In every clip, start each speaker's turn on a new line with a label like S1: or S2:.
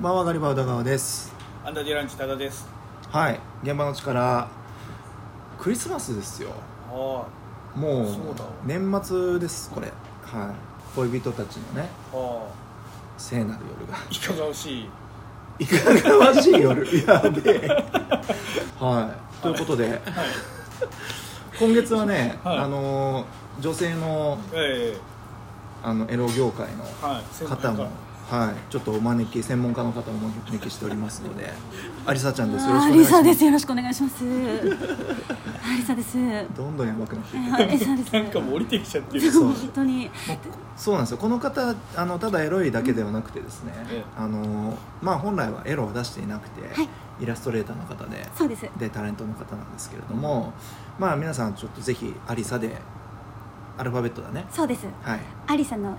S1: まあ、わかりば宇田川です
S2: アンダーディランチ多田です
S1: はい現場の力クリスマスですよ
S2: あ
S1: もう
S2: そうだわ
S1: 年末ですこれはい恋人たちのね
S2: ああ
S1: 聖なる夜が
S2: いかがおしい
S1: いかがわしい夜やべえはいということで
S2: はい
S1: 今月はね、
S2: はい
S1: あのー女性の
S2: え
S1: あのエロ業界の
S2: えはい
S1: 方も、はい、ちょっとお招き専門家の方もお招きしておりますのでありさちゃんですよろし
S3: あ
S1: くお願
S3: ーア
S1: い
S3: リ
S1: し
S3: サ
S1: ま
S3: ですすよろしくお願いします。アリサです。あ
S1: どんどんや ばくなっていく
S3: アリサで す。
S2: なんかもう降りてきちゃ ってる
S3: で
S2: は
S3: も本当に
S1: そうなんですよこの方あのただエロいだけではなくてですね、あのまあ、本来はエロは出していなくて、
S3: はい
S1: イラストレーターの方で
S3: そうです。
S1: でタレントの方なんですけれども、まあ、皆さんちょっとぜひアリサでアルファベットだね
S3: そうです。
S1: はい
S3: アリサの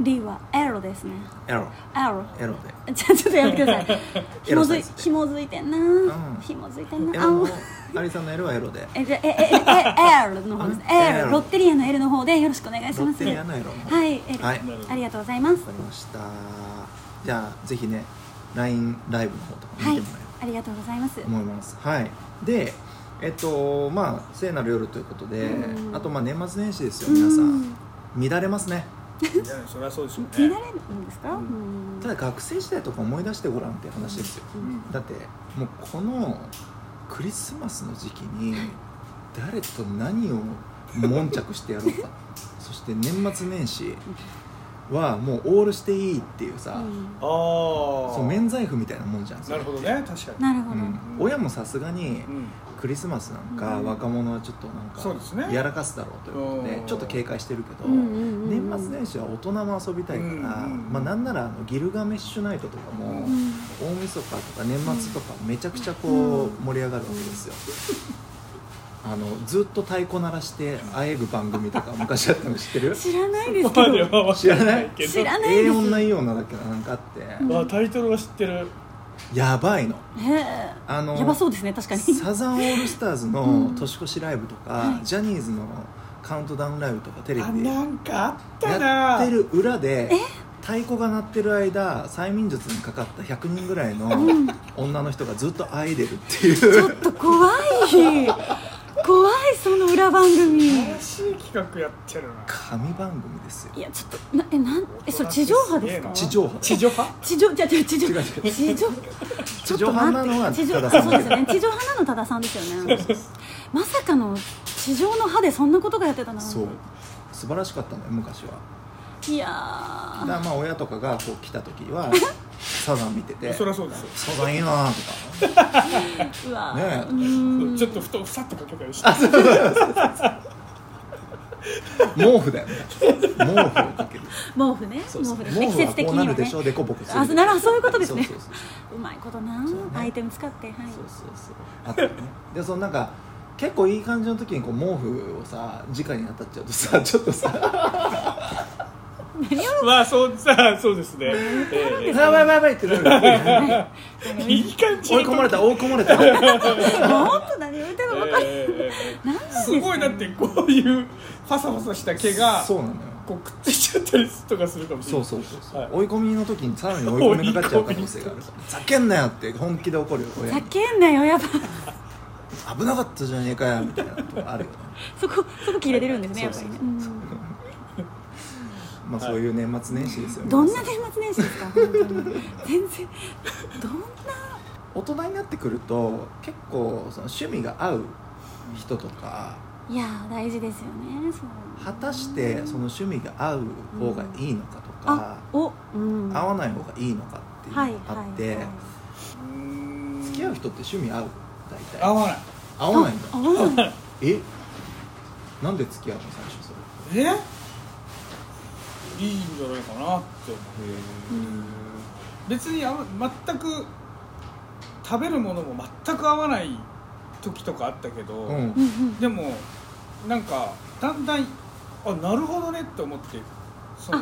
S3: リはエロですね。
S1: エロ
S3: エロ。
S1: エロで
S3: ちょちょっとやめてください。
S1: エ
S3: ひ
S1: ロ
S3: も
S1: サ
S3: づ
S1: イ
S3: い
S1: ズで
S3: ひもづいてん
S1: ん
S3: な。ひもづいてん
S1: エ
S3: な。あ
S1: ロ
S3: お
S1: の。アリサのエロはエロで
S3: えじゃええええエロの方です。
S1: あれ
S3: エロロッテリアの L の方でよろしくお願いし
S1: ロ
S3: ま
S1: ッ
S3: す。
S1: テリア
S3: は
S1: のエロの方
S3: いエロ。
S1: はい
S3: あ
S1: わか
S3: りがとうございます。
S1: りましたじゃあぜひね LINE ライブの方とか
S3: は
S1: 見て
S3: い
S1: もらえると、
S3: ありがとうございます。
S1: 思いますはいでえっとまあ聖なる夜ということで
S3: うん
S1: あとまあ年末年始ですよ皆さ
S3: うん
S1: ん乱れますね
S2: そりゃそうでしょう
S3: 見
S2: ね
S3: られるんですか？
S2: う
S3: うん
S1: ただ学生時代とか思い出してごらんって話ですよ
S2: うん
S1: だってもうこのクリスマスの時期に誰と何を悶着してやろう かそして年末年始はもうオールしていいっていうさ、
S3: うん
S2: ああ
S1: そう免罪符みたいなもんじゃんそ
S2: な
S1: れ
S2: るほどね確かに
S3: なるほど。
S1: うん、親もさすがに、
S2: うん
S1: クリスマスなんか
S3: うん
S1: 若者はちょっとなん
S2: そうですね
S1: かやらかすだろうということで
S2: うん
S1: ちょっと警戒してるけど
S3: うんうんうん
S1: 年末年始は大人も遊びたいから
S2: うんうん
S1: まあなんならあのギルガメッシュナイトとかも
S2: うん
S1: 大晦日とか年末とかめちゃくちゃ
S3: う
S1: こ
S3: ん
S1: う盛り上がるわけですよ。あのずっと太鼓鳴らしてあえぐ番組とか昔あったの知ってる
S3: 知らないです
S2: こ
S3: け
S2: こまで
S3: ど。
S2: は分からないけど
S3: 知らないです。
S1: ええ女いい女だっけななんかあって
S2: あタイトルは知ってる
S1: やばいの。
S3: え
S1: あの
S3: えやばそうですね確かに。
S1: サザンオールスターズの
S3: うん
S1: 年越しライブとか、
S3: はい
S1: ジャニーズのカウントダウンライブとかテレ
S2: あ
S1: ビで
S2: なんかあった
S1: や
S2: な
S1: ってる裏で太鼓が鳴ってる間催眠術にかかった100人ぐらいの女の人がずっとあいでるって
S3: ち
S1: い
S3: ょ
S1: う
S3: っと怖い。怖いその裏番組。
S2: 新しい企画やってるな
S1: 神番組ですよ
S3: いやちょっとなえなんえそれ地上波ですか？
S1: 地上波
S2: 地上波
S3: 地上じゃじゃ地上
S1: 違う違う
S3: 地上
S1: 地上派なのは
S3: 地
S1: た
S3: 上
S1: だ
S3: そ
S1: さ
S3: うんですよね地上派なの多田さんですよね。まさかの地上の歯でそんなことがやってたなんて
S1: そう素晴らしかったんだよ昔は
S3: い
S1: だ
S3: うや
S1: からまあ親とかがこう来た時はサザン見てて
S2: そりゃそうですよ
S1: サザンいいなとか
S3: ーうわ
S1: ねえ
S3: ーうーん
S2: ちょっとふとふさっとかけたりして
S1: 毛布だよね毛布をかける
S3: 毛布ね毛
S1: そうそう
S3: 布です
S1: 毛
S3: ね季
S1: 布は
S3: 節的
S1: こうな
S3: には
S1: るで
S3: ね
S1: しょデコボコする
S3: あなるほどそういうことですね
S1: そうそう
S3: うまいことな、
S1: そうね
S3: アイテム使ってはい
S1: そうそうそうあったよねでそのなんか結構いい感じの時にこう毛布をさ直に当たっちゃうと さちょっとさ
S2: まあそうさそうです
S1: 「
S2: ね
S1: や
S2: え
S1: ば
S2: え
S1: いやばいやばい」ってなる
S2: いい感じ
S1: 追い込まれた追い込まれた
S3: 本当何言うてんの分かる、
S2: ええ
S3: 何なんです
S2: すごいだってこういうファサファサした毛が
S1: そうなのよ
S2: こうくっついちゃったりとかするかもしれ
S1: そ
S2: な
S1: う
S2: い
S1: そうそうそう、
S2: はい
S1: 追い込みの時にさらに追い込みにかかっちゃう可能性があるから「ざけんなよ」って本気で怒るよ親
S3: 叫
S1: に
S3: んだよやっぱ
S1: 「危なかったじゃねえかよ」みたいなとこあるよね
S3: そこそこ切れてるんですねやっぱりね
S1: そうまあそういう年末年始ですよ、
S3: うんどん
S1: 皆
S3: な
S1: さ
S3: 年末年始ですか本当に全然どんな
S1: 大人になってくると結構その趣味が合う人とか
S3: いやー大事ですよねそう
S1: 果たしてその趣味が合う方がいいのかと
S3: あ
S1: か、
S3: おうん
S1: 合わない方がいいのかっていう
S3: はい
S1: の
S3: は
S1: があって、
S3: い、はい、
S2: うん
S1: 付き合う人って趣味合う大体
S2: 合わない
S1: 合わないんだ
S3: あ合わない
S1: えなんで付き合うの最初それ
S2: えいいんじゃないかなって思う別にあま全く食べるものも全く合わない時とかあったけど、
S1: うん
S3: うんうん
S2: でもなんかだんだんあなるほどねって思ってその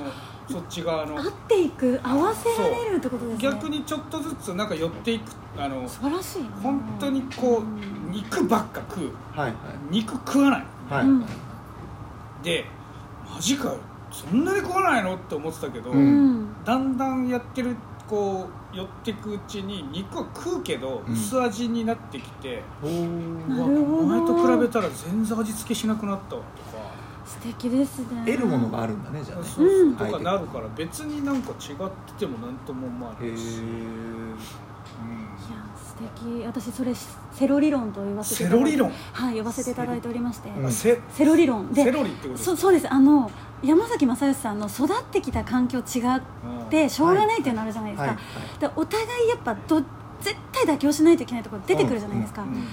S2: そっち側の
S3: 合っていく合わせられるってことですね
S2: 逆にちょっとずつなんか寄っていくあの
S3: 素晴らしいな
S2: 本当にこう肉ばっか食う
S1: はい
S2: 肉食わない
S1: はいはい、
S3: うん
S2: でマジかよそんなに食わないのって思ってたけど、
S1: うん
S3: うん
S2: だんだんやってるこう寄ってくうちに肉は食うけど
S1: うん
S2: 薄味になってきて、
S1: お
S2: う
S1: ー
S2: わ
S3: なるほど
S2: 前と比べたら全然味付けしなくなったわとか
S3: 素敵ですね
S1: 得るものがあるんだねじゃあね
S2: そうそう
S3: うん
S2: とかなるから別になんか違ってても何とも思わ
S1: へ
S2: ないし、
S1: ー
S3: いや素敵私それセロリ論と言わせてい
S2: セ
S3: ただ
S2: ロ
S3: いて
S2: リ論、
S3: はい呼ばせていただいておりまして、
S1: うん
S2: あセ
S3: セロリ論で
S2: セロリってことです
S3: そ
S2: か
S3: そうですあの山崎正義さんの育ってきた環境違っ
S2: うん
S3: てしょうがないっていうのあるじゃないですか、
S1: はいはい
S3: でお互いやっぱど絶対妥協しないといけないところ出てくるじゃないですか、
S2: うん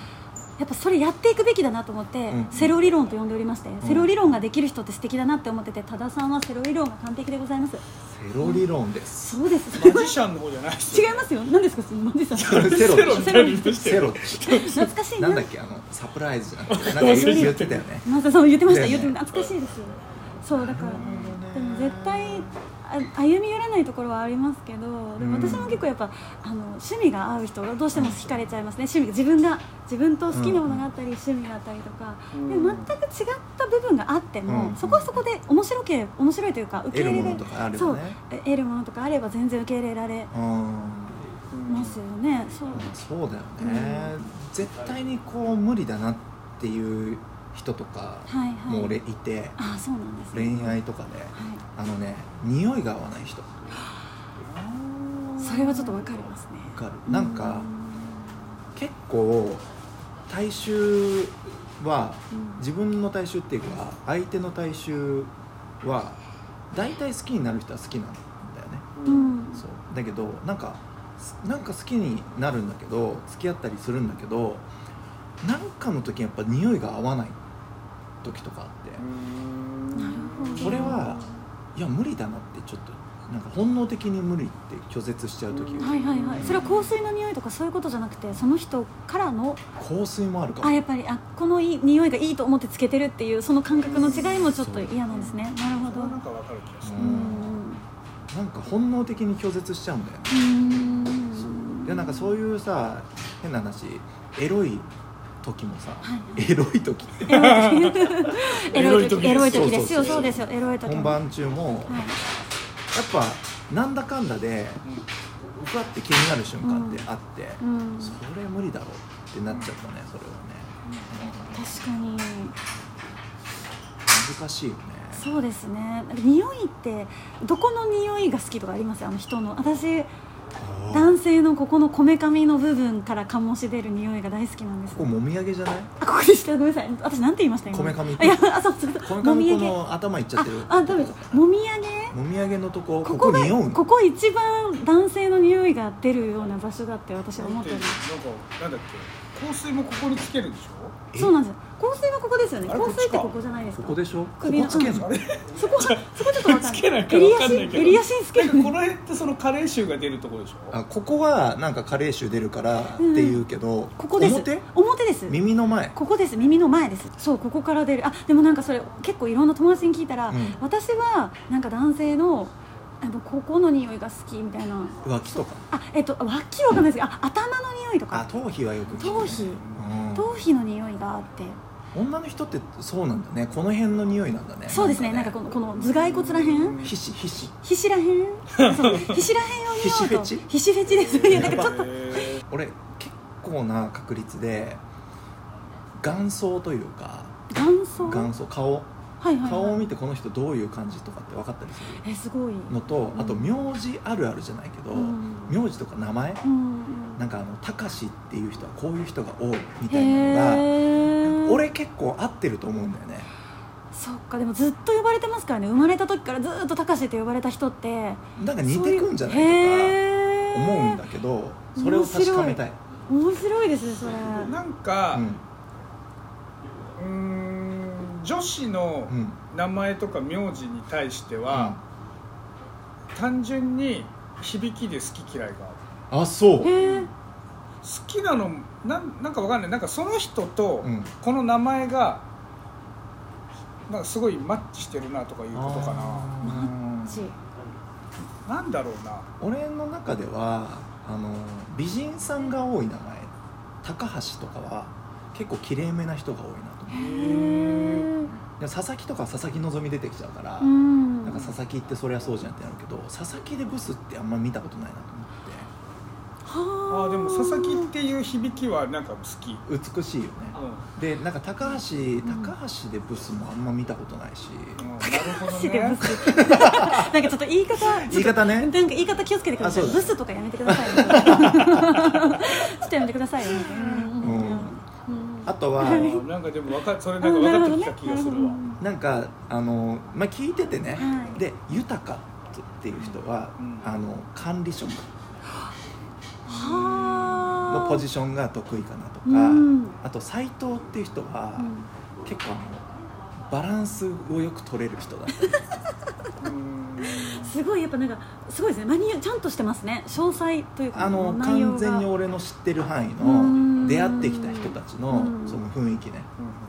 S3: やっぱそれやっていくべきだなと思って、
S1: うん
S3: セロ理論と呼んでおりまして、セロ理論ができる人って素敵だなって思ってて多田さんはセロ理論が完璧でございます
S1: セロ理論です
S3: そうです違い
S2: マジシャンの方じゃないですよ
S3: ますよ何ですかそのマジさん懐
S1: セロ
S2: セ
S1: セ
S2: ロリ
S1: ロ
S3: セ
S2: セ
S3: ロ
S2: ロ
S3: リ
S2: リ
S3: って
S1: セロって
S3: かしい
S1: なんだっ
S3: マ
S1: けあのサプライズじゃなくてなんか言う言ってたよね
S3: サさんも言ってました、
S1: だよね
S3: 言ってました懐かしいですそうだから、でも
S1: も
S3: 絶対あ歩み寄らないところはありますけど、でも
S1: うん
S3: 私も結構やっぱあの趣味が合う人がどうしても惹かれちゃいますね趣味が自分が自分と好きなものがあったり、趣味があったりとか、
S2: うん
S3: で全く違った部分があっても、
S1: うん
S3: そこはそこで面白け面白いというか受け
S1: 得るも
S3: 入れられ
S1: のとかある
S3: そ
S1: よ
S3: う
S1: ね
S3: え得るものとかあれば全然受け入れられ
S1: うん
S3: ますよね、そう
S1: そうだよね、絶対にこう無理だなっていう人とか
S3: はいはい
S1: もう俺いて、
S3: あそうなんですね、
S1: 恋愛とかで
S3: は
S1: あのね匂いが合わない人わ
S3: い、それはちょっとわかりますね
S1: かるなんか結構体臭は
S3: うん
S1: 自分の体臭っていうか相手の体臭は大体好きになる人は好きなんだよね
S3: う
S2: うん
S3: ん
S1: そうだけどなんかすなんか好きになるんだけど付き合ったりするんだけどなんかの時にやっぱ匂いが合わない時とかあって、
S3: なるほど
S1: これは、いや無理だなってちょっとなんか本能的に無理って拒絶しちゃう時、
S2: うん
S3: はいはいはいそれは香水の匂いとかそういうことじゃなくてその人からの
S1: 香水もあるか
S3: あ
S1: ら
S3: やっぱりあこのいい匂いがいいと思ってつけてるっていうその感覚の違いもちょっと嫌なんですねなるほ
S2: それ
S3: ど
S2: はなんかわかる気がする
S3: うーん
S1: なんか本能的に拒絶しちゃうんだよね
S3: うーん
S1: でなんかそういうさ変な話エロい時もさ、
S3: はい
S1: エロい時って
S3: エロい時エ
S2: エ
S3: ロ
S2: ロ
S3: い
S2: い
S3: 時
S1: 時
S3: で
S1: ですす
S3: よ
S1: よ
S3: そうですよエロい時
S1: 本
S3: もはい
S1: 番中もやっぱなんだかんだでうわって気になる瞬間ってあって、
S3: うん
S1: それ無理だろうってなっちゃったねそれはね、
S3: 確かに
S1: 難しいよね
S3: そうですねなんか匂いってどこの匂いが好きとかありますあの人の私男性のここのこめかみの部分から醸し出る匂いが大好きなんです
S1: ここもみあげじゃない
S3: あここでしたごめんなさい私なんて言いました今
S1: こめかみ
S3: あいやあそうそう
S1: この
S3: もみ
S1: 髪こ
S3: あげ
S1: の頭いっちゃってる
S3: ああダメですもみあげ
S1: もみあげのとここ
S3: こ
S1: こ
S3: こが
S1: 匂うん
S3: ここ一番男性の匂いが出るような場所だって私は思って
S2: な
S3: る
S2: んかなんだっけ香水もここにつけるでしょ
S1: え
S3: そうなんですよ香水はここですよね
S2: あれ
S3: 香水って
S2: こっちか
S3: ここじゃないです
S1: こ
S3: か
S1: こでしょこ
S3: 首
S1: こ
S3: の
S1: つけんの
S2: あれ
S3: そこはそこちょっとわかんな
S2: つ
S3: い
S2: けないか
S3: エリ
S2: ら
S3: ア
S2: わかんない
S3: シ
S2: け
S3: ン
S2: ど
S3: エリアシンつけ
S2: なん
S3: る
S2: かこの辺ってそのカレー臭が出るところでしょ
S1: あここはなんか加齢臭出るからっていうけど、
S3: ここです
S1: 表
S3: 表です
S1: 耳の前
S3: ここです耳の前ですそうここから出るあでもなんかそれ結構いろんな友達に聞いたら、
S1: うん
S3: 私はなんか男性のあのここの匂いが好きみたいな
S1: 脇とか
S3: あえっと脇はわかんないですけどあ頭の匂いと
S1: あ
S3: か
S1: 頭皮はよく聞く、ね、
S3: 頭皮
S1: うん
S3: 頭皮の匂いがあって
S1: 女の人ってそうなんだねこの辺の匂いなんだね
S3: そうですねなんかこのこの頭蓋骨らへん
S1: 皮脂皮脂
S3: 皮脂らへんそう皮脂らへんを匂うと
S1: 皮脂フェ
S3: 皮脂フェチですいやなんかちょっと
S2: へ
S1: 俺結構な確率で眼相というか
S3: 元祖
S1: 眼相顔
S3: はいはい、
S1: 顔を
S3: はい、
S1: 見てこの人どういう感じとかって分かったりす
S3: えすごい
S1: るのと
S3: ん
S1: あと名字あるあるじゃないけど
S3: うん
S1: 名字とか名前
S3: うん
S1: なんかあの「たかし」っていう人はこういう人が多いみ
S3: へ
S1: たいなのが
S3: え
S1: 俺結構合ってると思うんだよね
S3: そっかでもずっと呼ばれてますからね生まれた時からずっと高志って呼ばれた人って
S1: なんか似てくんじゃない
S3: そう
S1: と
S3: いうへ
S1: か
S3: ー
S1: 思うんだけどそれを確かめたい
S3: 面白いですねそれ
S2: ー
S3: は
S2: なんか
S1: うん
S2: うーん女子の
S1: うん
S2: 名前とか名字に対しては、単純に響きで好き嫌いがある
S1: あそう
S3: へえ
S2: 好きなのなんなんかわかんないなんかその人と
S1: うん
S2: この名前がなんかすごいマッチしてるなとかいうことかな
S1: あー
S2: なんだろうな
S1: 俺の中ではあの美人さんが多い名前高橋とかは結構きれいめな人が多いなと思うでも佐々木とか佐々木希出てきちゃうから、
S3: うん
S1: なんか佐々木ってそりゃそうじゃんってなるけど佐々木でブスってあんま見たことないなと思って
S3: は
S2: ああでも佐々木っていう響きはなんか好き、
S1: 美しいよね
S2: う
S1: でなんか高橋、高橋でブスもあんま見たことないし、
S2: んうん、なるほど
S3: 知って
S2: ね
S3: ます なんかちょっと言い方
S1: 言い方ね
S3: なんか言い方気をつけてください
S1: あそうだ
S3: ブスとかやめてください、ね、ちょっとやめてくださいよ、ねうんうんうんうん
S1: あとは
S2: あーなんかでもわ かそれなんか分かってきた気がするわ、
S1: なんかあの、まあ、聞いててね、
S3: はい
S1: で豊かっていう人は、
S2: うん
S1: あの管理職
S3: は
S1: のポジ
S3: シ
S1: ションが得意かなとか、
S3: うん
S1: あと斎藤っていう人は、結構あのバランスをよく取れる人だった り
S2: うん
S3: すごいやっぱなんかすごいですねマニュアちゃんとしてますね詳細というか
S1: あの
S3: もう内容
S1: 完
S3: が
S1: 全に俺の知ってる範囲
S3: うん
S1: の出会ってきた人たちの
S3: うん
S1: その雰囲気ね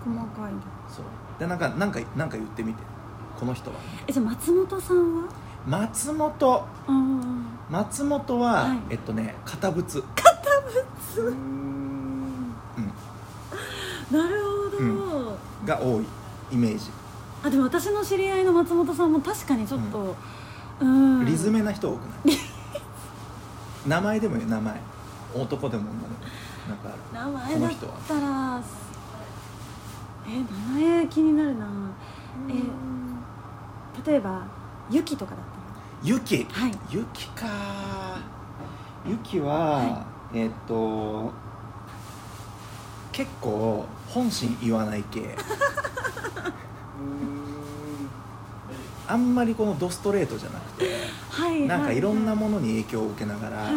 S3: 細かい
S1: そうでなんかなんかなんか言ってみてこの人は
S3: えじゃあ松本さんは
S1: 松本
S3: あー
S1: 松本は、
S3: はい
S1: えっとね堅物
S2: うん
S3: なるほど、
S1: うが多いイメージ
S3: あでも私の知り合いの松本さんも確かにちょっと、うん、
S1: リズメな人多く ない名前でもいいよ名前男でも女でもなんかあ
S3: 名
S1: こ
S3: 前だ
S1: の
S3: っ
S1: 人は
S3: たらえ名前気になるなえ例えばゆきとかだった
S1: るユキ
S3: らはい
S1: ユキかユキは、えっと結構本心言わない 系あんまりこのドストレートじゃなくて
S3: はい
S1: なんかいろんな
S3: も
S1: ものに影響を受けながら、
S3: はい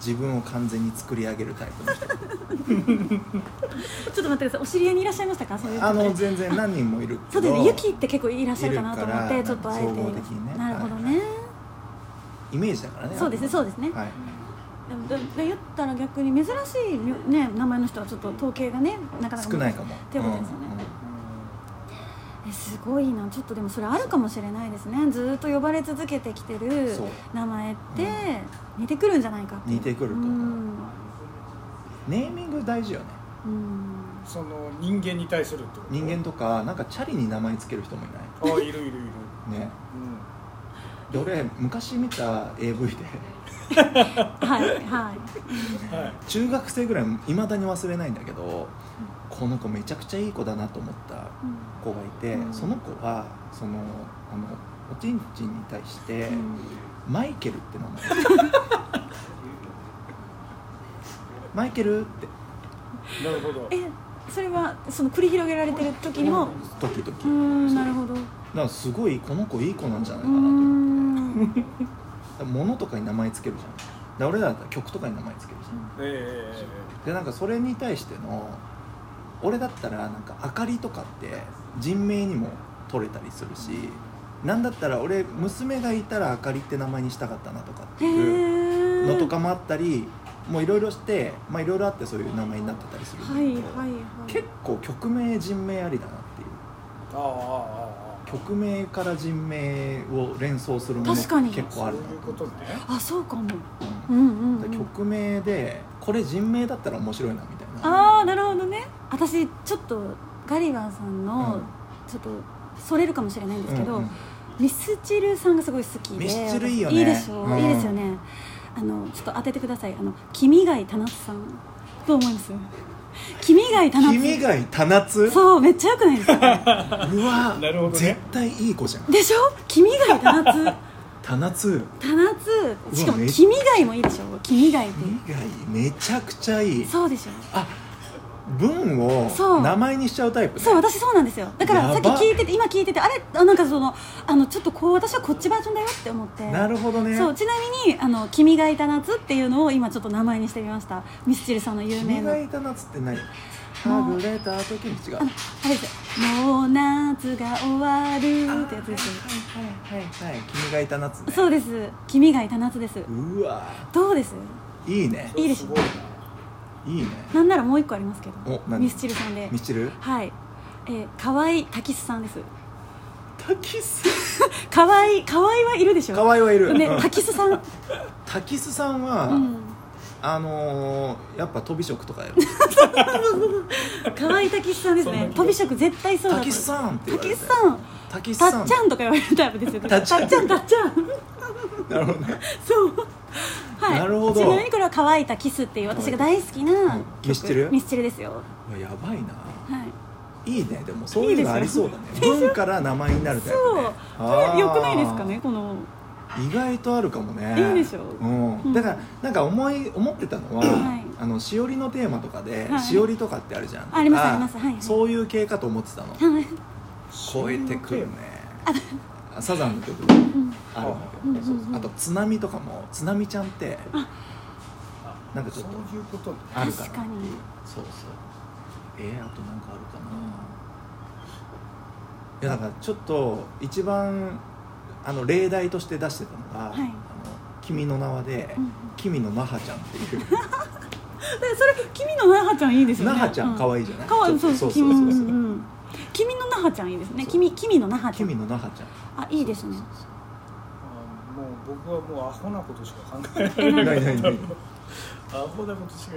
S1: 自分を完全に作り上げるタイプの 人
S3: ちょっと待ってくださいお知り合いにいらっしゃいましたかそういう方
S1: あの全然何人もいるけど
S3: そうですねゆきって結構いらっしゃるかなと思っ
S1: い
S3: て
S1: るから
S3: ちょっとあえて
S1: 総合的にね
S3: なるほどね、
S1: イメージだからね
S3: そうですねそうですね
S1: はい、
S3: でもでで言ったら逆に珍しいみょ、ね、名前の人はちょっと統計がねなかなか
S1: 少ないかも
S3: てことですよねえすごいなちょっとでもそれあるかもしれないですねずーっと呼ばれ続けてきてる
S1: そう
S3: 名前って似てくるんじゃないかって
S1: 似てくると
S3: う
S1: 思う、
S3: ん、
S1: ネーミング大事よね
S3: うん、
S2: その人間に対するってこと
S1: 人間とかなんかチャリに名前つける人もいな
S2: ああいるいる
S1: い
S2: いる、
S1: ね
S2: うん、
S1: で俺昔見た AV で
S3: はいはい
S2: はい
S1: 中学生ぐらいいまだに忘れないんだけどこの子めちゃくちゃいい子だなと思った
S3: うん
S1: 子がいて、
S3: うん
S1: その子はそのあのおちんちんに対して、
S3: うん
S1: マイケルって名前 マイケルって
S2: なるほど
S3: えそれはその繰り広げられてる時にも
S1: 時々
S3: うんなるほどう
S1: だからすごいこの子いい子なんじゃないかなと思ってだか
S3: ん
S1: ら物とかに名前つけるじゃんだから俺らだったら曲とかに名前つけるじゃん
S2: ええ
S1: でなんかそれに対しての俺だったらなんか明かりとかって人名にも取れたりするしなんだったら俺娘がいたら明かりって名前にしたかったなとかって
S3: へ
S1: いう
S3: え
S1: のとかもあったりもういろいろしてまあいろいろあってそういう名前になってたりするんだ
S3: は
S1: け
S3: い
S1: ど、
S3: はいはい
S1: 結構曲名人名ありだなっていう
S2: あああああ
S1: 曲名から人名を連想するもの
S3: 確かに
S1: 結
S2: あ
S1: 構ある
S2: そ
S1: な
S2: ういうことね
S3: あそうかも
S1: うん
S3: うんうん、う
S1: だから
S3: ん、
S1: 曲名でこれ人名だったら面白いなみたいな
S3: ああなるほどね私ちょっとガリバーさんの、
S1: うん
S3: ちょっとそれるかもしれないんですけ
S1: う
S3: ど、
S1: んうん
S3: ミスチルさんがすごい好きで
S1: ミスチルいいよね
S3: いいでしょ、
S1: うん
S3: いいですよねあのちょっと当ててくださいあの君貝田夏さんどう思います 君貝田夏
S1: 君が多夏
S3: そうめっちゃよくないです か
S1: うわ
S2: なるほどね
S1: 絶対いい子じゃん
S3: でしょ君貝田夏
S1: 多夏
S3: 田夏し
S1: う
S3: か
S1: わ
S3: も
S1: め
S3: 君貝もいいでしょ君貝って
S1: 君がめちゃくちゃいい
S3: そうでしょ
S1: あ文を
S3: そう
S1: 名前にしちゃうタイプね
S3: そう私そうなんですよだからさ
S1: や
S3: っ
S1: ば
S3: き聞いてて今聞いててあれあなんかそのあのちょっとこう私はこっちバージョンだよって思って
S1: なるほどね
S3: そうちなみにあの「君がいた夏」っていうのを今ちょっと名前にしてみましたミスチルさんの有名
S1: 君
S3: な
S1: が
S3: あ
S1: いた夏って何はぐれた時に違う
S3: のあれですよもう夏が終わる」ってやつですよ
S1: はいはいはい君がいた夏ね
S3: そうです「君がいた夏」です
S1: うわ
S3: どうです
S1: いいね
S3: いいでし
S2: す
S3: ょ
S2: ごい
S1: いいね
S3: なんならもう一個ありますけど
S1: お何
S3: ミスチルさんで
S1: ミチル
S3: はいえー、河合滝須さんです
S1: タキス
S3: 河合河合はいるでしょ
S1: 河合はいる、
S3: ね
S1: うん
S3: 滝須 さん、
S1: タキスさんは、
S3: うん、
S1: あのー、やっぱ飛び職とかやる
S3: 河合滝須さんですね飛び職絶対そうだ
S1: タ
S3: と
S1: キスさんって言われ
S3: 滝
S1: て
S3: 須さん
S1: タキス
S3: た
S1: さ
S3: っ
S1: ん
S3: ちゃんとか言われるタイプですよ
S1: たっちゃん
S3: たっちゃんたっちゃ
S1: な
S3: ん
S1: るほどね
S3: そうはい、
S1: なるほど
S3: ちなみにこれは乾いたキスっていう私が大好きな
S1: はい
S3: 曲
S1: ミスチル
S3: ミスチルですよ
S1: うわやばいな
S3: はい
S1: いいねでもそういうのありそうだね文から名前になるタイ
S3: そう
S1: プね
S3: これ良くないですかねこの
S1: 意外とあるかもね
S3: いいでしょ
S1: うん、だからなんか思い思ってたのは、
S3: はい
S1: あのしおりのテーマとかで、
S3: はい
S1: しおりとかってあるじゃん
S3: ありますありますはいはい
S1: そういう系かと思ってたの
S3: はい
S1: 超えてくるねあサザンの曲
S3: ん
S1: あるんだけど、
S3: うんうんうん
S1: あと津波とかも津波ちゃんってなんかちょっと
S2: そういうことね
S1: あるかな
S3: 確かに
S1: そうそうえー、あとなんかあるかないやだからちょっと一番あの例題として出してたのが「
S3: はい
S1: あの君の名は」で
S3: うんうん
S1: 「君の那覇ちゃん」 っていう
S3: でそれ君の那覇ちゃんいいですよね
S1: 那覇ちゃん可
S3: い
S1: 愛いじゃない
S3: かわ
S1: ち
S3: い
S1: ょ
S3: い
S1: っと
S3: そう
S1: そ
S3: そうう
S1: そう
S3: 君
S1: そう
S3: うんうん君の那覇ちゃんいいですね君君の那覇ちゃ
S1: 君
S3: ん
S1: の那覇ちゃん
S3: あいいですね
S2: あもう僕はもうアホなことしか考えられない
S3: えなんか
S1: ないないない
S2: アホなことしか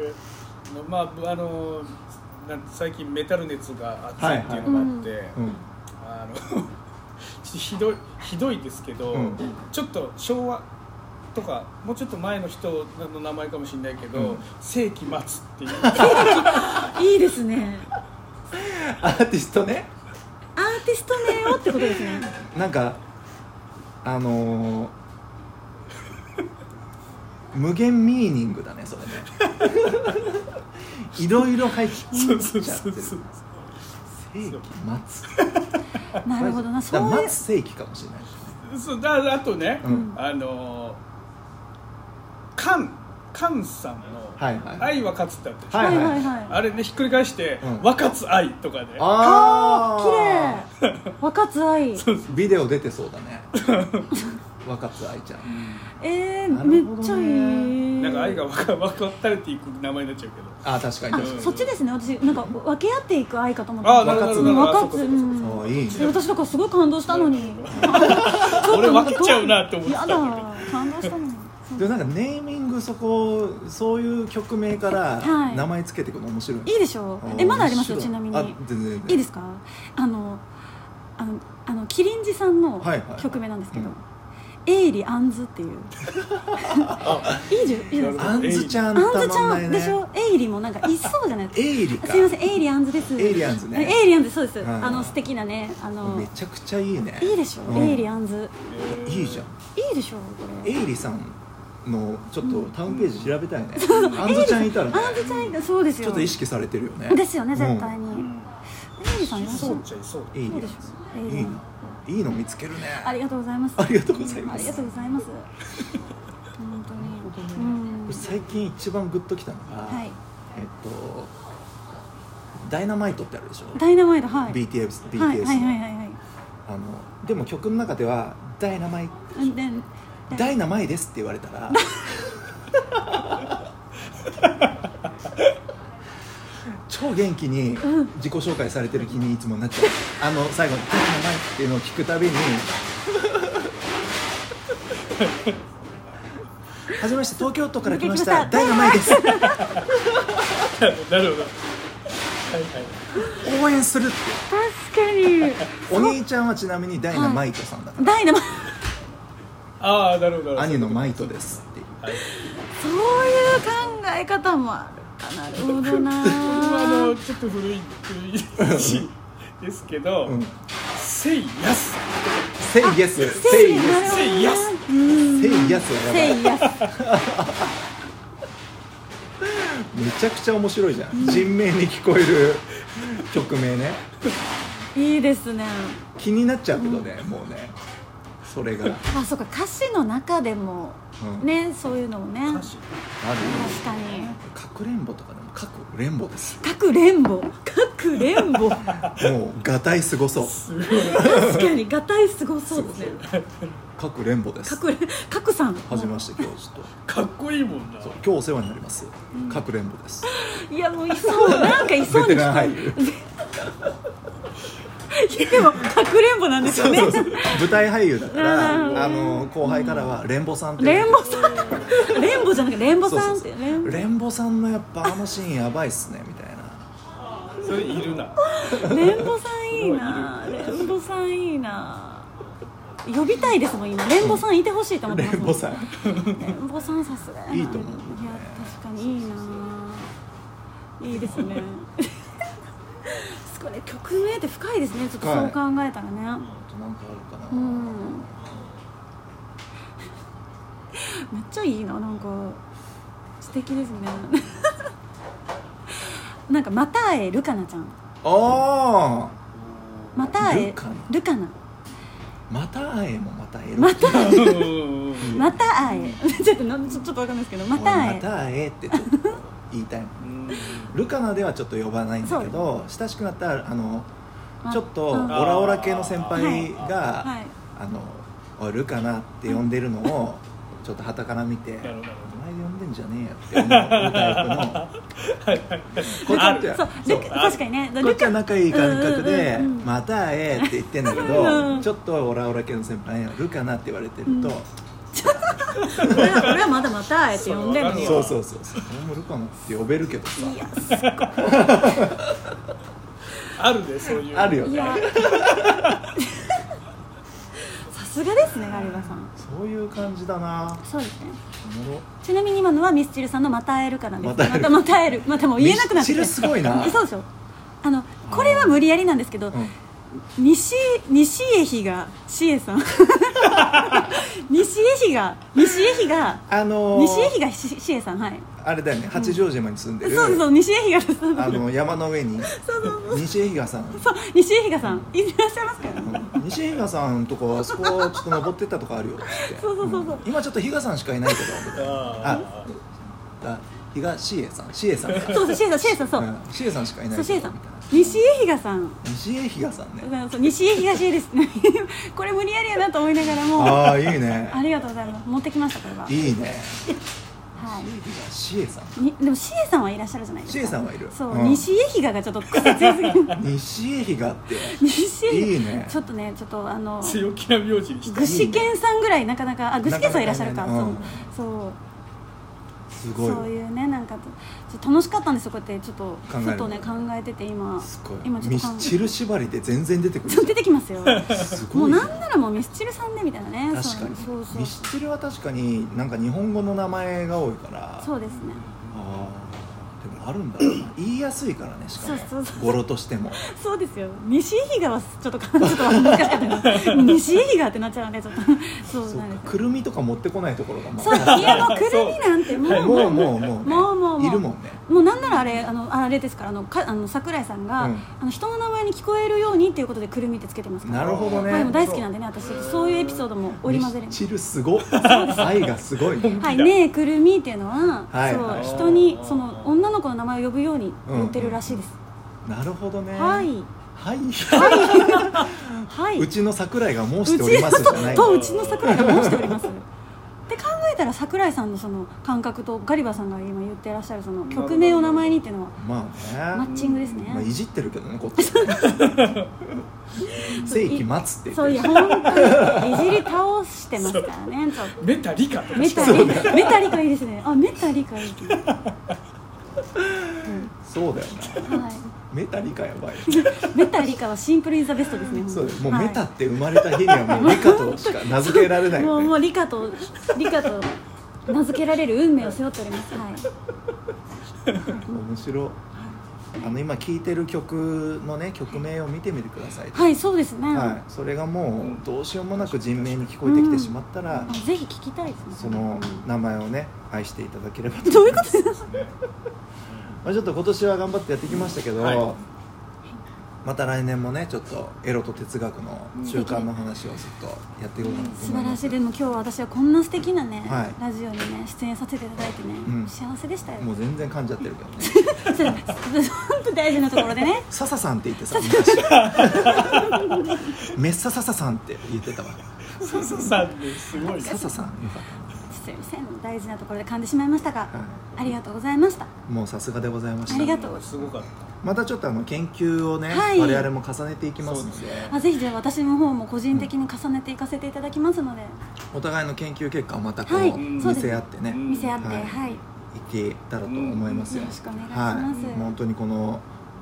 S2: まあぶあのなん最近メタル熱が熱いっていうのがあって、
S1: うん
S2: あの ちょっとひどいひどいですけど、
S1: うん
S2: ちょっと昭和とかもうちょっと前の人の名前かもしれないけど、
S1: うん
S2: 世紀 末っていう
S3: いいですね
S1: アーティストね
S3: アーティスト名をってことですね
S1: なんかあのー、無限ミーニングだねそれね いろいろ入っちゃって
S2: そ
S1: る
S2: うそうそうそう
S1: 世紀
S3: なるほどな
S1: 末だか
S3: そ
S1: ら
S3: うい
S1: 待
S3: う
S1: つ世紀かもしれないですね
S2: そうだあとね、
S1: うん
S2: あのカンカンさんの
S1: はいは
S2: 「
S1: い
S2: 愛は勝つ」ってあったでしょ
S1: は
S3: はいい
S1: はい
S3: はいはい
S2: あれねひっくり返して
S1: うん
S2: 「若つ愛」とかね
S3: あー綺麗若津愛
S1: 麗ビデオ出てそうだね若津愛ちゃん
S3: え
S1: な
S3: ー、
S1: る
S3: め
S1: ほどね
S3: っちゃいい
S2: なんか愛が分か 分かったれていく名前になっちゃうけど
S1: あ確かに
S3: あ
S1: 確かに
S3: そっちですね私なんか分け合っていく愛かと思って
S2: あ
S1: なるほど
S3: うん
S2: なるほど
S3: 若津
S2: そううかそう
S1: あ
S2: か
S3: ん
S1: ーいいね
S3: いや私とかすごい感動したのに
S2: 俺分けちゃうなって思ってた
S3: や
S2: ん
S3: だ
S2: だ
S3: 感動したのに
S1: でもなんかネーミングそこそういう曲名から
S3: はい
S1: 名前つけていくの面白い、
S3: いいでしょ
S1: あー
S3: うえまだありますよ
S1: 面
S3: ち
S1: 白
S3: なみ
S1: あ
S3: に
S1: 全然全然
S3: いいですかあのあのあのキリンジさん
S1: は
S3: の
S1: いはいはい
S3: 曲名なんですけど
S1: うん
S3: 「エイリアンズ」っていういいじゃんいいじゃないですか
S1: あんずちゃん
S3: アン
S1: た
S3: ズち
S1: ま
S3: ゃ
S1: んない
S3: ん
S1: ね
S3: でしょエイリもなんかいそうじゃないですか
S1: エイリか
S3: すいません、エイリアンズです。
S1: エイリアンズね
S3: エイリアンズ、そうです。
S1: はい
S3: あの素敵なね、あの。
S1: めちゃくちゃいいね
S3: いいでしょ、
S1: うん
S3: エイリアンズ。
S2: えー
S1: いいじゃん
S3: いいでしょこ
S1: エ
S3: れ。
S1: イリさんのちょっとタウンページ調べた いね、あんずちゃんいたらね
S3: アンズちゃんいて、そうです
S1: ち
S3: よ。
S1: ょっと意識されてるよね
S3: ですよね、絶対に。
S2: うん
S3: エイリさんいらっしゃ
S2: そ
S3: る
S2: うっ。ちゃいそう
S1: うん、エイ
S3: そう
S1: リ
S3: で
S1: ア
S3: し
S1: ンズ
S3: ょ。エイ
S1: いい
S3: リア
S1: の
S3: ンズ。
S1: いいの見つけるね
S3: ありがとうございます。
S1: ありがとうございます
S3: ありがとうございます。本当に。うん。
S1: 最近一番グッときたのが、
S3: はい。
S1: えっと「ダイナマイト」ってあるでしょ
S3: ダイナマイト、はい。
S1: BTS, BTS の、
S3: はい、はい、はい、はい、はい。
S1: あのでも曲の中では「ダイナマイ
S3: うんで
S1: ダイナマイです」って言われたら超元気に自己紹介されてる気にいつもなっちゃうあの最後に「ダイナマイ」っていうのを聞くたびに「はじめまして東京都から来ましたダイナマイです」
S2: なるほどはいはい
S1: 応援するって
S3: 確かに。
S1: お兄ちゃんはちなみにダイナマイトさんだから、
S3: ダイナマイト。
S2: ああなるほど
S1: 兄のマイトですっていう
S3: そういう考え方もあるかな。なるほどな。
S2: あ のちょっと古い古いしですけど
S1: うん
S2: 「せいやす
S1: Say yes Say
S3: せい
S1: yes
S2: せいやす
S3: うん。
S1: Say yes はやばい
S3: せいやす。
S1: めちゃくちゃ面白いじゃん人名に聞こえる曲名ね
S3: いいですね
S1: 気になっちゃうけどね、もうねそれが、うん、
S3: あそうか歌詞の中でもねそういうのもね」
S2: 歌
S3: 確
S2: 詞
S1: ある
S3: かに
S1: かくれんぼとかでもかくれんぼです
S3: 各連母各連 母
S1: もうがたいすごそう
S2: すごい
S3: 確かにがたいすごそうですね
S1: かくれんぼです
S3: 各連各さん
S1: はじめまして今日ちょっ
S2: かっこいいもんな
S1: とそう今日お世話になりますかくれんぼです
S3: いやもういそうなんかいそう
S1: ベ
S3: に
S1: テ
S3: 聞
S1: ラン俳
S3: こえ
S1: 優
S3: るでも各連母なんですよね
S1: そうそうそう舞台俳優だからあ
S3: うん
S1: の後輩からは「レンボさん」って
S3: 連母さん連母じゃなくて連母さんって連
S1: レンボさんのやっぱあのシーンやばいっすねみたいな
S2: それいるな
S3: 連母さんいいな連母さんいいな呼びたいですもん今レンボさんいてほしいと思ってます
S1: 連
S3: もん
S1: ボさん
S3: レンボさんさすがやない
S1: いと思う
S3: いや確かにいいなあいいですねすごいね曲名って深いですねちょっとそう考えた
S1: あと
S3: らね、
S1: なんかあるかな、
S3: うんめっちゃいいななんか素敵ですね なんかまたえルカナちゃん
S1: あ
S3: またえ
S1: ルカナ
S3: ルカナ
S1: あまた会えもまた会える
S3: また
S2: うん
S3: また会え ちょっとなちょちょっとわかんないですけどまた
S1: ま
S3: 会え
S1: た会えってちょっと言いたいもんルカナではちょっと呼ばないんだけど親しくなったらあの
S3: ま
S1: ちょっとオ
S3: うん
S1: ラオラ系の先輩が、
S3: はい
S1: あの「おいルカナ」って呼んでるのをちょっとはたから見て「お
S2: なる
S1: 前
S2: ほど
S1: で呼んでんじゃねえよ」って思うタイプのこ
S2: あ
S1: っ
S2: る
S1: ちは
S3: そう
S1: そう
S3: ルカ確かにね
S1: こっ
S3: ル
S1: ちは
S3: カ
S1: 仲いい感覚で
S3: うんうんうん
S1: 「
S3: うん
S1: また会え」って言ってんだけ
S3: うんう
S1: ど
S3: ん
S1: ちょっとオラオラ系の先輩に「ルカナ」って言われてると
S3: 俺は俺はまだまた会えって呼んでるの
S2: ん
S3: よ
S1: そうそうそうそう俺もルカナって呼べるけどさ
S3: いやすっ
S2: あるでそういう
S1: あるよ
S3: ごいい
S1: ね
S3: や さすがですねガリバさん
S1: そういう感じだな
S3: そうですね
S1: おもろ
S3: ちなみに今のはミスチルさんの「また会えるか」なんです
S1: また
S3: ま
S1: 会える
S3: たまた会えるまたもう言えなくなってき
S1: ミ
S3: て
S1: スチルすごいな
S3: そうでしょあのこれは無理やりなんですけど、
S1: うん
S3: 西西江比がシエさん 西江比が西江比が
S1: あのー
S3: 西江比がしシエさんはい
S1: あれだよね八丈島に住んで
S3: そう
S1: る
S3: そうそう西江比がそう
S1: あの山の上に
S3: そうそう
S1: 西江比嘉さん
S3: そう西江比がさんいらっしゃいますか
S1: うん西江比嘉さんとかあそこちょっと登ってったとかあるよっつって
S3: そうそうそうそう
S1: 今ちょっと比嘉さんしかいないけど
S2: あ
S1: あ東江さん志江さんか
S3: そうそうシエさんシエさんそう、
S1: うん志江さんしかいない
S3: そうシ
S1: け
S3: エ
S1: ど
S3: さ
S1: み
S3: ん
S1: たいな
S3: 西江比がさん
S1: 西江比嘉さんね
S3: そう西へ東へです これ無理やりやなと思いながらもあ
S1: ああいいね
S3: りがとうございます持ってきましたこれはい
S1: いね
S3: はい
S1: 志江さん
S3: にでもシエさんはいらっしゃるじゃないですか
S1: シエさんはいる
S3: そう、
S1: うん
S3: 西へ東がちょっと癖強す ぎる
S1: 西江比嘉って
S3: 西へ
S1: いいね
S3: ちょっとねちょっとあの
S2: あ強気な名字にして
S3: 具志堅さんぐらいなかなかあ具志堅さんいらっしゃるか
S1: なかなかね
S3: そうそう
S1: すごい
S3: そういうねなんかちょっと楽しかったんですよこうやってちょっと
S1: えるの
S3: ふとね考えてて今
S1: すごい
S3: 今ちょ
S1: ミ
S3: っと考
S1: ス
S3: え
S1: チル縛りで全然出てくる
S3: そう出てきますよ
S1: すご
S3: もう
S1: いね
S3: なんならもうミスチルさんでみたいなね
S1: 確かに
S3: そうそう
S1: ミスチルは確かになんか日本語の名前が多いから
S3: そうですね
S1: あーでもあるんだろうな言いやすいからねしかも
S3: そうそうそう
S1: 語呂としても
S3: そうですよ西比嘉はちょっと感じとは難しかったな西比嘉ってなっちゃうんでちょっとそう
S1: そう
S3: なん
S1: か
S3: です
S1: くるみとか持ってこないところがもう
S3: そう家のくるみなんても
S1: も
S3: う
S1: う
S3: も
S1: もうもう,、
S3: もうもうもう
S1: いるもんね
S3: うもうなんならあれあのあれですからあのかあの桜井さんが、
S1: うん
S3: あの人の名前に聞こえるようにっていうことでくるみってつけてますから
S1: なるほどね
S3: まあ、でも大好きなんでね私そういうエピソードも織り交ぜ
S1: ミ
S3: る
S1: スチルすご愛がすごいね
S3: はい、ねえくるみっていうのは、
S1: はい
S3: そう
S1: はい
S3: 人にその女の子の名前を呼ぶように言ってるらしいです、
S1: なるほどね
S3: はい
S1: はい、
S3: は い
S1: うちの桜井が申しておりますじゃない
S3: うちとうちの桜井が申しております って考えたら桜井さんのその感覚とガリバさんが今言ってらっしゃるその曲名を名前にっていうのは
S1: まあ
S3: マ
S1: ね
S3: ッチングですね、
S1: まあいじってるけどねこっち はね世紀待つって
S3: そうい
S1: 言
S3: や
S1: ってる
S3: 本当にいじり倒してますからねちょっと
S2: メタリカとか
S3: メタリメタリカいいですねあメタリカいいですね、
S1: そうだよな
S3: うんはい
S1: メタリカやばいよ
S3: メタリカはシンプルインザベストですね
S1: そうだよもう
S3: はい
S1: メタって生まれた日にはもうリカとしか名付けられない
S3: も
S1: よ
S3: う
S1: ね
S3: もうリカとリカと名付けられる運命を背負っておりますはい
S1: 面白いあの今聴いてる曲のね曲名を見てみてください、
S3: はいそうですね、
S1: はい、それがもうどうしようもなく人名に聞こえてきてしまったら、
S3: あぜひ聞きたいです
S1: そ
S3: ね
S1: の名前をね愛していただければと、
S3: どういうことですか
S1: まあ、ちょっと今年は頑張ってやってきましたけど、
S2: はい
S1: また来年もねちょっとエロと哲学の中間の話をずっとやっていこうかなと
S3: 素
S1: 思い
S3: 晴
S1: ま
S3: ら
S1: す
S3: しいでも今日は私はこんな素敵なね、
S1: はい
S3: ラジオにね出演させていただいてね、
S1: うん
S3: 幸せでしたよ
S1: もう全然噛んじゃってる けどね
S3: そう本当大事なところでね
S1: 笹さんって言ってさ 昔メッサ笹さんって言ってたわ
S2: すすさんってすごいな
S1: 笹さんよかっ
S3: すいません大事なところで噛んでしまいましたが、
S1: たな、は
S3: ありがとうございました
S1: い、もうさすがでございました
S3: ありがとう
S2: すごかった
S1: またちょっとあの研究をね、
S3: はい
S1: 我々も重ねていきますの
S2: そう
S1: で
S2: ですね
S3: あぜひじゃあ私の方も個人的に重ねていかせていただきますので、
S1: お互いの研究結果をまたこう、
S3: はい
S1: 見せ合ってね、
S2: うん
S3: 見せ合って
S1: は
S3: はいい、
S1: いけたらと思います
S3: よ
S1: よ、
S3: ろしくお願いし
S1: は
S3: ます、
S1: い、もう本当にこの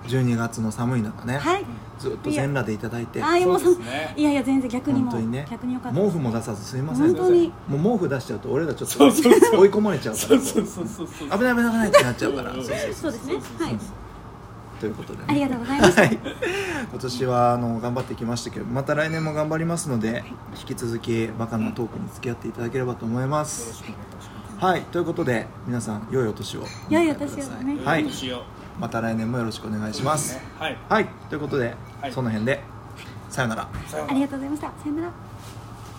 S1: 12月の寒い中ね、
S3: はい
S1: ずっと全裸でいただいて
S3: あーもう
S2: そう
S3: そ
S2: ですね
S3: いやいや全然逆に
S1: 本
S3: も
S1: 当にね
S3: 逆によかった
S1: 毛布も出さずすいません
S3: 本当に
S1: もう毛布出しちゃうと俺らちょっと
S2: そうそうそう
S1: 追い込まれちゃうか
S2: そ
S1: ら
S2: うそうそうそうそ
S1: 危
S2: う
S1: ない危ない危ないってなっちゃうから
S2: うん
S1: そうそう
S3: そうですねはい
S1: ということで、ね、
S3: ありがとうございました
S1: はい、今年はあの頑張ってきましたけどまた来年も頑張りますので引き続きバカなトークに付き合っていただければと思いま
S2: よろし
S1: す
S2: くお願いします
S1: はいということで皆さん良いお年を
S3: 良いお年をね
S1: はい
S2: どうしよ
S1: また来年もよろしくお願いし
S2: う
S1: ます
S2: はい
S1: はいということで、
S2: はい
S1: その辺でさよなら
S2: さようなら
S3: ありがとうございましたさよなら